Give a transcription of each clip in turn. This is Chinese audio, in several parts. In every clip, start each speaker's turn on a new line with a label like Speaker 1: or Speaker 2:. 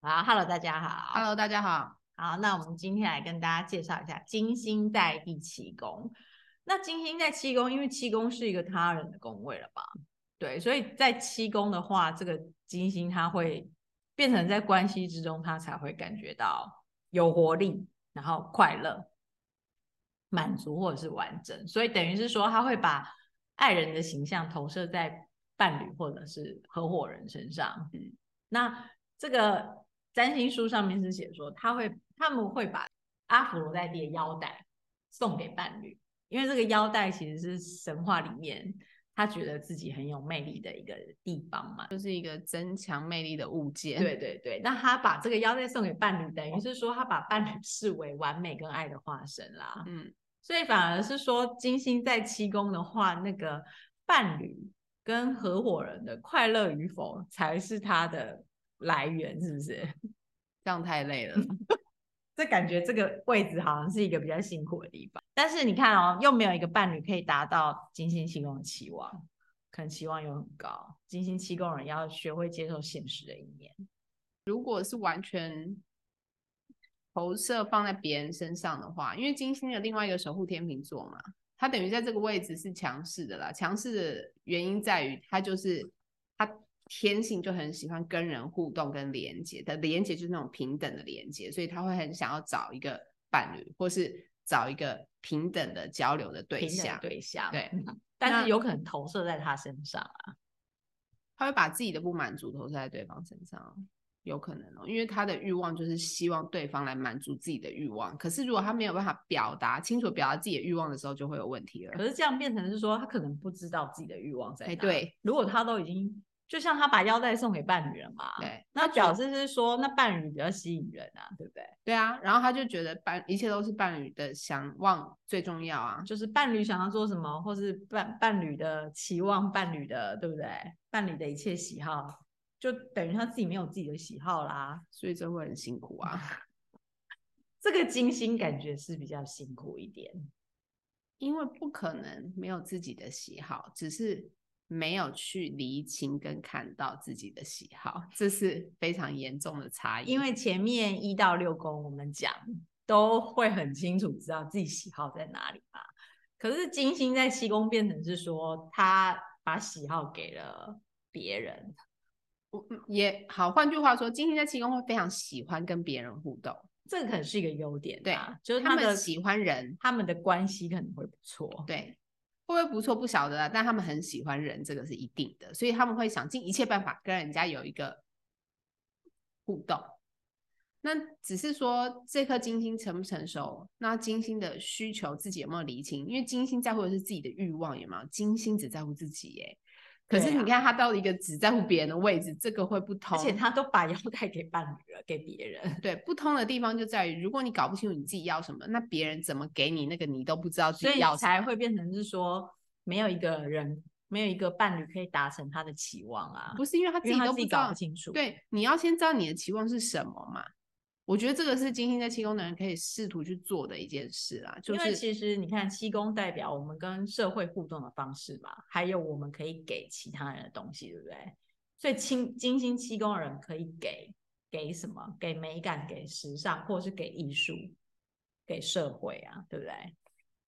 Speaker 1: 好，Hello，大家好。
Speaker 2: Hello，大家好。
Speaker 1: 好，那我们今天来跟大家介绍一下金星在第七宫。那金星在七宫，因为七宫是一个他人的宫位了吧？对，所以在七宫的话，这个金星它会变成在关系之中，它才会感觉到有活力，然后快乐、满足或者是完整。所以等于是说，他会把爱人的形象投射在伴侣或者是合伙人身上。嗯，那这个占星书上面是写说，他会他们会把阿佛罗代蒂的腰带送给伴侣，因为这个腰带其实是神话里面他觉得自己很有魅力的一个地方嘛。
Speaker 2: 就是一个增强魅力的物件。，
Speaker 1: 对对对，那他把这个腰带送给伴侣，等于是说他把伴侣视为完美跟爱的化身啦。
Speaker 2: 嗯，
Speaker 1: 所以反而是说，金星在七宫的话，那个伴侣跟合伙人的快乐与否才是他的来源，是不是？
Speaker 2: 这样太累 了。
Speaker 1: 这感觉这个位置好像是一个比较辛苦的地方。但是你看哦，又没有一个伴侣可以达到金星七宫的期望，可能期望又很高。金星七宫人要学会接受现实的一面。
Speaker 2: 如果是完全投射放在别人身上的话，因为金星的另外一个守护天秤座嘛，它等于在这个位置是强势的啦。强势的原因在于它就是它天性就很喜欢跟人互动跟连接的连接，就是那种平等的连接，所以他会很想要找一个伴侣，或是找一个平等的交流的对
Speaker 1: 平等的
Speaker 2: 象。
Speaker 1: 对象，
Speaker 2: 对
Speaker 1: 嗯，但
Speaker 2: 那
Speaker 1: 是有可能投射在他身上啊。
Speaker 2: 他会把自己的不满足投射在对方身上，哦有可能哦，因为他的欲望就是希望对方来满足自己的欲望。可是如果他没有办法表达清楚表达自己的欲望的时候，就会有问题了。
Speaker 1: 可是这啊样变成是说，他可能不知道自己的欲望在哪。
Speaker 2: 哎对，
Speaker 1: 如果他都已经，就像他把腰带送给伴侣了嘛，，
Speaker 2: 对
Speaker 1: 那表示是说，那伴侣比较吸引人啊，对不对？
Speaker 2: 对啊，然后他就觉得伴一切都是伴侣的想望最重要啊。
Speaker 1: 就是伴侣想要做什么，或是伴伴侣的期望，伴侣的对不对？伴侣的一切喜好，就等于他自己没有自己的喜好啦。
Speaker 2: 所以这会很辛苦啊，
Speaker 1: 嗯这个金星感觉是比较辛苦一点，
Speaker 2: 因为不可能没有自己的喜好，只是没有去厘清跟看到自己的喜好，这是非常严重的差异。
Speaker 1: 因为前面一到六宫我们讲都会很清楚知道自己喜好在哪里嘛。可是金星在七宫变成是说，他把喜好给了别人，
Speaker 2: 我嗯也好，换句话说，金星在七宫会非常喜欢跟别人互动，
Speaker 1: 这个可能是一个优点、啊，就是
Speaker 2: 他
Speaker 1: 的
Speaker 2: 们喜欢人，
Speaker 1: 他们的关系可能会不错。
Speaker 2: 对，会不会不错不晓得啦，但他们很喜欢人，这个是一定的，所以他们会想尽一切办法跟人家有一个互动。那只是说这颗金星成不成熟，那金星的需求自己有没有厘清？因为金星在乎的是自己的欲望，有没有？金星只在乎自己耶。可是
Speaker 1: 对
Speaker 2: 你
Speaker 1: 啊
Speaker 2: 看，他到了一个只在乎别人的位置，这个会不同。
Speaker 1: 而且他都把 腰带给伴侣了，给别人。
Speaker 2: 对，不通的地方就在于，如果你搞不清楚你自己要什么，那别人怎么给你那个你都不知道自
Speaker 1: 所
Speaker 2: 己
Speaker 1: 以
Speaker 2: 要什么。
Speaker 1: 才会变成是说，没有一个人，没有一个伴侣可以达成他的期望啊，
Speaker 2: 不是因为他自
Speaker 1: 因
Speaker 2: 己
Speaker 1: 为他
Speaker 2: 都
Speaker 1: 自己
Speaker 2: 知
Speaker 1: 搞
Speaker 2: 道
Speaker 1: 不，清楚。，
Speaker 2: 对，你要先知道你的期望是什么嘛。我觉得这个是金星在七宫的人可以试图去做的一件事啦，就
Speaker 1: 因为
Speaker 2: 是
Speaker 1: 其实你看，七宫代表我们跟社会互动的方式嘛，还有我们可以给其他人的东西，对不对？所以金金星七宫的人可以给给什么？给美感，给时尚，或是给艺术，给社会啊，对不对？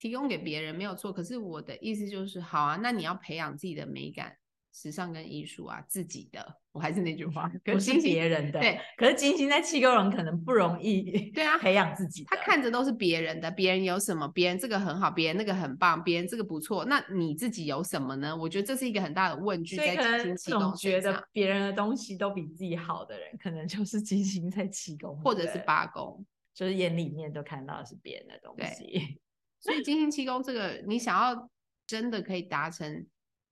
Speaker 2: 提供给别人没有错。可是我的意思就是，好啊，那你要培养自己的美感、时尚跟艺术啊，自己的。我还是那 句话，跟
Speaker 1: 不是
Speaker 2: 金星
Speaker 1: 别人的。
Speaker 2: 对，
Speaker 1: 可是金星在七宫人可能不容易
Speaker 2: 对啊
Speaker 1: 培养自己的。
Speaker 2: 他看着都是别人的，别人有什么，别人这个很好，别人那个很棒，别人这个不错，那你自己有什么呢？我觉得这是一个很大的问句
Speaker 1: 所以
Speaker 2: 在
Speaker 1: 可
Speaker 2: 金星
Speaker 1: 能
Speaker 2: 七
Speaker 1: 总
Speaker 2: 宫
Speaker 1: 觉
Speaker 2: 身
Speaker 1: 得
Speaker 2: 上，
Speaker 1: 别人的东西都比自己好的人，可能就是金星在七宫，
Speaker 2: 或
Speaker 1: 对
Speaker 2: 者
Speaker 1: 不
Speaker 2: 是
Speaker 1: 对，
Speaker 2: 八宫。
Speaker 1: 就是眼里面都看到的是别人的东西。
Speaker 2: 所以金星七宫这个，你想要真的可以达成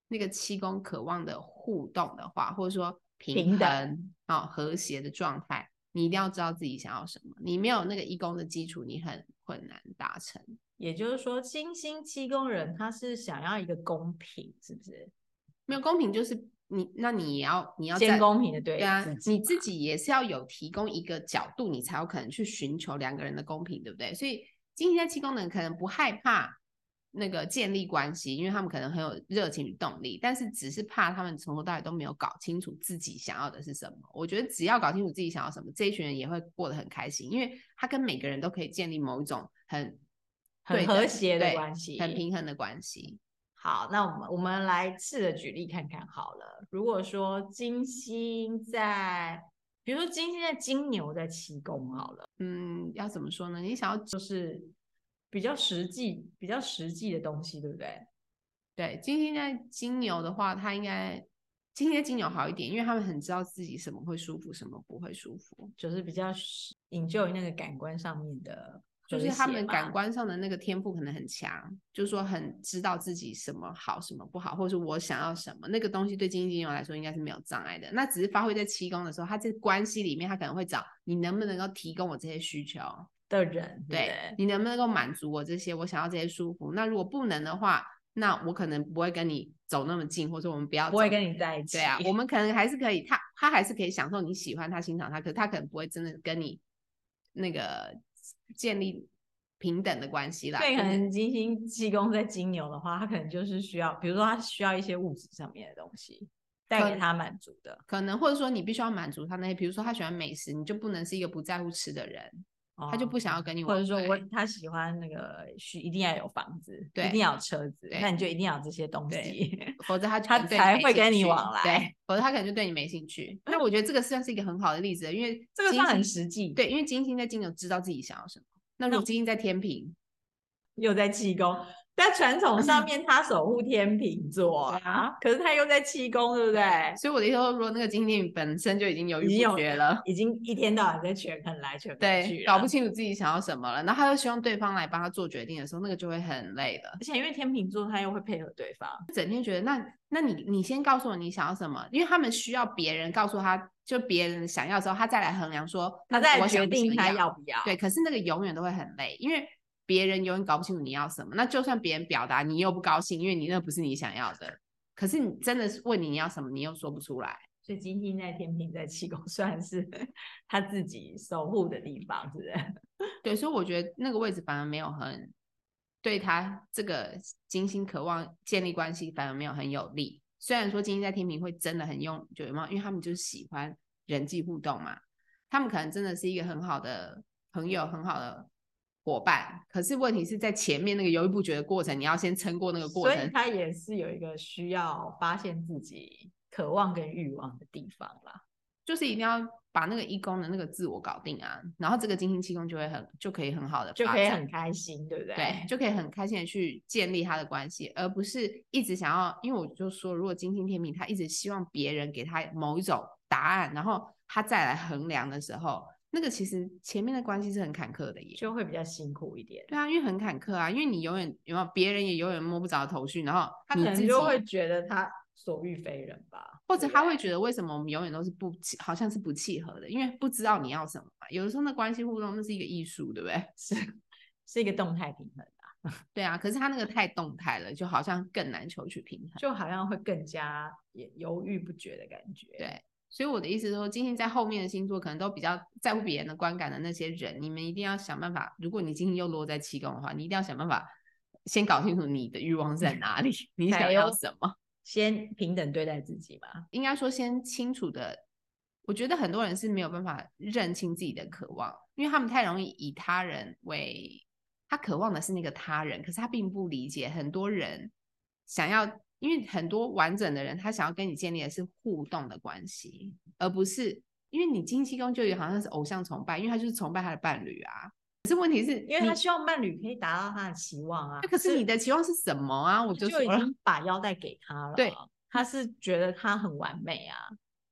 Speaker 2: 那个七宫渴望的互动的话，或者说平
Speaker 1: 平等
Speaker 2: 衡啊、哦、和谐的状态，你一定要知道自己想要什么。你没有那个一宫的基础，你很困难达成。
Speaker 1: 也就是说，金星七宫人他是想要一个公平，是不是？
Speaker 2: 没有公平，就是你，那你也要你要
Speaker 1: 先
Speaker 2: 在
Speaker 1: 公平的对
Speaker 2: 对啊，你自
Speaker 1: 嘛
Speaker 2: 己也是要有提供一个角度，你才有可能去寻求两个人的公平，对不对？所以金星在七宫的人可能不害怕那个建立关系，因为他们可能很有热情与动力，但是只是怕他们从头到尾都没有搞清楚自己想要的是什么。我觉得只要搞清楚自己想要什么，这一群人也会过得很开心，因为他跟每个人都可以建立某一种很
Speaker 1: 很
Speaker 2: 对
Speaker 1: 和谐的
Speaker 2: 对
Speaker 1: 关系，
Speaker 2: 很平衡的关系。
Speaker 1: 好，那我们我们来试着举例看看好了。如果说金星在，比如说金星在金牛在七宫好了，
Speaker 2: 嗯，要怎么说呢？你想要
Speaker 1: 比较实际、比较实际的东西，对不对？
Speaker 2: 对金星在金牛的话，他应该金星在金牛好一点，因为他们很知道自己什么会舒服，什么不会舒服，
Speaker 1: 就是比较实 enjoy 那个感官上面的和
Speaker 2: 就
Speaker 1: 谐嘛，
Speaker 2: 是他们感官上的那个天赋可能很强，就是说很知道自己什么好，什么不好，或者是我想要什么，那个东西对金星金牛来说应该是没有障碍的。那只是发挥在七宫的时候，他在关系里面，他可能会找你能不能够提供我这些需求，
Speaker 1: 的人，对不
Speaker 2: 对
Speaker 1: 对
Speaker 2: 你能不能够满足我这些我想要这些舒服。那如果不能的话，那我可能不会跟你走那么近，或者我们不要
Speaker 1: 不会
Speaker 2: 走
Speaker 1: 跟你在一起。
Speaker 2: 对啊，我们可能还是可以，他他还是可以享受你喜欢他、欣赏他，可是他可能不会真的跟你那个建立平等的关系啦。
Speaker 1: 对，可
Speaker 2: 就是
Speaker 1: 能金星七宫在金牛的话，他可能就是需要，比如说他需要一些物质上面的东西带
Speaker 2: 可
Speaker 1: 给他满足的。
Speaker 2: 可能或者说你必须要满足他那些，比如说他喜欢美食，你就不能是一个不在乎吃的人，他就
Speaker 1: 哦
Speaker 2: 不想要跟你
Speaker 1: 或
Speaker 2: 往来。
Speaker 1: 者说我他喜欢那个需一定要有房子，一
Speaker 2: 对
Speaker 1: 定要有车子，
Speaker 2: 对
Speaker 1: 那你就一定要有这些东
Speaker 2: 对
Speaker 1: 西。
Speaker 2: 否则他就
Speaker 1: 他
Speaker 2: 可能对
Speaker 1: 才
Speaker 2: 没
Speaker 1: 会
Speaker 2: 兴
Speaker 1: 跟你
Speaker 2: 趣
Speaker 1: 往来
Speaker 2: 对，否则他可能就对你没兴趣。那我觉得这个算是一个很好的例子，因为
Speaker 1: 这个
Speaker 2: 金
Speaker 1: 算很
Speaker 2: 星
Speaker 1: 实际，，
Speaker 2: 对，因为金星在金牛知道自己想要什么。那如
Speaker 1: 那
Speaker 2: 果金星在天平，
Speaker 1: 又在气功，在传统上面他守护天秤座
Speaker 2: 嗯对
Speaker 1: 啊，可是他又在气功，对不对？
Speaker 2: 所以我的意思说，如果那个金星本身就已经犹
Speaker 1: 已
Speaker 2: 豫
Speaker 1: 经
Speaker 2: 不
Speaker 1: 有
Speaker 2: 决了，
Speaker 1: 已经一天到晚在权衡来权衡
Speaker 2: 对
Speaker 1: 去，啊
Speaker 2: 搞不
Speaker 1: 了
Speaker 2: 清楚自己想要什么了，然后他又希望对方来帮他做决定的时候，那个就会很累的。
Speaker 1: 而且因为天秤座他又会配合对方，
Speaker 2: 整天觉得那那你你先告诉我你想要什么，因为他们需要别人告诉他，就别人想要之后，他再来衡量说
Speaker 1: 他
Speaker 2: 那
Speaker 1: 再
Speaker 2: 我
Speaker 1: 决
Speaker 2: 想不
Speaker 1: 定
Speaker 2: 想
Speaker 1: 他要不要。
Speaker 2: 对，可是那个永远都会很累，因为别人永远搞不清楚你要什么。那就算别人表达，你又不高兴，因为你那不是你想要的。可是你真的是问你你要什么，你又说不出来。
Speaker 1: 所以金星在天秤在气功 算是他自己守护的地方，是不是？
Speaker 2: 对，所以我觉得那个位置反而没有很对他这个金星渴望建立关系，反而没有很有利。虽然说金星在天平会真的很用，就有没有？因为他们就是喜欢人际互动嘛，他们可能真的是一个很好的朋友，很好的伙伴。可是问题是在前面那个犹豫不决的过程，你要先撑过那个过
Speaker 1: 所以
Speaker 2: 程。
Speaker 1: 他也是有一个需要发现自己渴望跟欲望的地方啦。
Speaker 2: 就是一定要把那个一宫的那个自我搞定啊，然后这个金星七宫就会很就可以很好的
Speaker 1: 就可以很开心，对不对？
Speaker 2: 对，就可以很开心的去建立他的关系，而不是一直想要，因为我就说，如果金星天平他一直希望别人给他某一种答案，然后他再来衡量的时候，那个其实前面的关系是很坎坷的耶。
Speaker 1: 就会比较辛苦一点。
Speaker 2: 对啊，因为很坎坷啊，因为你永远有没有别人也永远摸不着头绪，然后
Speaker 1: 他可
Speaker 2: 你自
Speaker 1: 能
Speaker 2: 己
Speaker 1: 就会觉得他所遇非人吧，
Speaker 2: 或者
Speaker 1: 对不
Speaker 2: 他
Speaker 1: 对
Speaker 2: 会觉得为什么我们永远都是不契好像是不契合的，因为不知道你要什么嘛。有的时候那关系互动那是一个艺术，对不对？
Speaker 1: 是一个动态平衡，
Speaker 2: 对啊，可是他那个太动态了，就好像更难求取平衡。
Speaker 1: 就好像会更加也犹豫不决的感觉。
Speaker 2: 对所以我的意思是说，金星在后面的星座可能都比较在乎别人的观感的那些人，你们一定要想办法。如果你金星又落在七宫的话，你一定要想办法先搞清楚你的欲 望在哪里，你
Speaker 1: 还
Speaker 2: 想
Speaker 1: 有
Speaker 2: 要什么。
Speaker 1: 先平等对待自己嘛，
Speaker 2: 应该说先清楚的，我觉得很多人是没有办法认清自己的渴望，因为他们太容易以他人为他渴望的是那个他人，可是他并不理解很多人想要，因为很多完整的人他想要跟你建立的是互动的关系，而不是因为你金星宫就有好像是偶像崇拜，因为他就是崇拜他的伴侣啊。可是问题是你，
Speaker 1: 因为他希望伴侣可以达到他的期望啊。
Speaker 2: 那可是你的期望是什么啊？我
Speaker 1: 他就
Speaker 2: 说
Speaker 1: 已
Speaker 2: 了。
Speaker 1: 经把腰带给他了，
Speaker 2: 对，
Speaker 1: 他是觉得他很完美啊，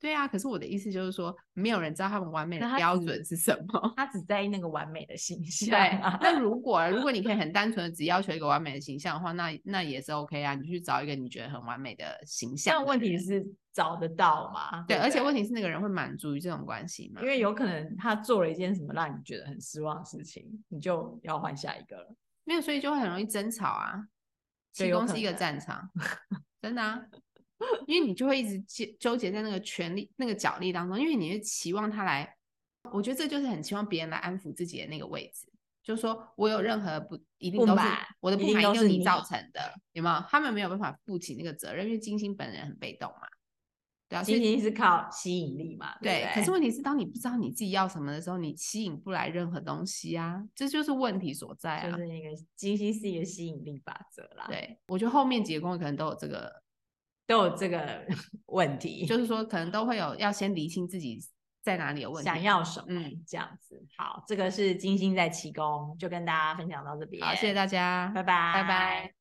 Speaker 2: 对啊，可是我的意思就是说，没有人知道他们完美
Speaker 1: 那
Speaker 2: 的
Speaker 1: 他
Speaker 2: 标
Speaker 1: 只
Speaker 2: 准是什么。
Speaker 1: 他只在意那个完美的形象
Speaker 2: 对
Speaker 1: 啊、，
Speaker 2: 那如果如果你可以很单纯的只要求一个完美的形象的话，那那也是 OK 啊。你去找一个你觉得很完美的形象
Speaker 1: 但
Speaker 2: 的
Speaker 1: 问题
Speaker 2: 人
Speaker 1: 是找得到吗？
Speaker 2: 对，
Speaker 1: 不
Speaker 2: 而且问题是那个人会满足于这种关系吗
Speaker 1: 因？为有可能他做了一件什么让你觉得很失望的事情，你就要换下一个了。
Speaker 2: 没有，所以就会很容易争吵啊。
Speaker 1: 对
Speaker 2: 七
Speaker 1: 有
Speaker 2: 宫
Speaker 1: 可
Speaker 2: 是一个
Speaker 1: 能
Speaker 2: 战场，真的啊，因为你就会一直纠纠结在那个权力、那个角力当中，因为你是期望他来，我觉得这就是很期望别人来安抚自己的那个位置。就是说我有任何不一定
Speaker 1: 不
Speaker 2: 都是
Speaker 1: 满
Speaker 2: 我的
Speaker 1: 一
Speaker 2: 不
Speaker 1: 定
Speaker 2: 满
Speaker 1: 都
Speaker 2: 定
Speaker 1: 是
Speaker 2: 你
Speaker 1: 你
Speaker 2: 造成的，有没有？他们没有办法负起那个责任，因为金星本人很被动嘛，对啊，所
Speaker 1: 金
Speaker 2: 以
Speaker 1: 星是靠吸引力嘛，对
Speaker 2: 对
Speaker 1: 不。
Speaker 2: 可是问题是，当你不知道你自己要什么的时候，你吸引不来任何东西啊，这就是问题所在啊。
Speaker 1: 就是那个金星是一个吸引力法则啦，，
Speaker 2: 对，我觉得后面几个宫位可能都有这个，
Speaker 1: 都有这个 问题，
Speaker 2: 就是说可能都会有要先理清自己在哪里有问题。
Speaker 1: 想要什么，
Speaker 2: 嗯
Speaker 1: 这样子。好，这个是金星在七宫，就跟大家分享到这边，
Speaker 2: 好，谢谢大家，
Speaker 1: 拜拜，
Speaker 2: 拜拜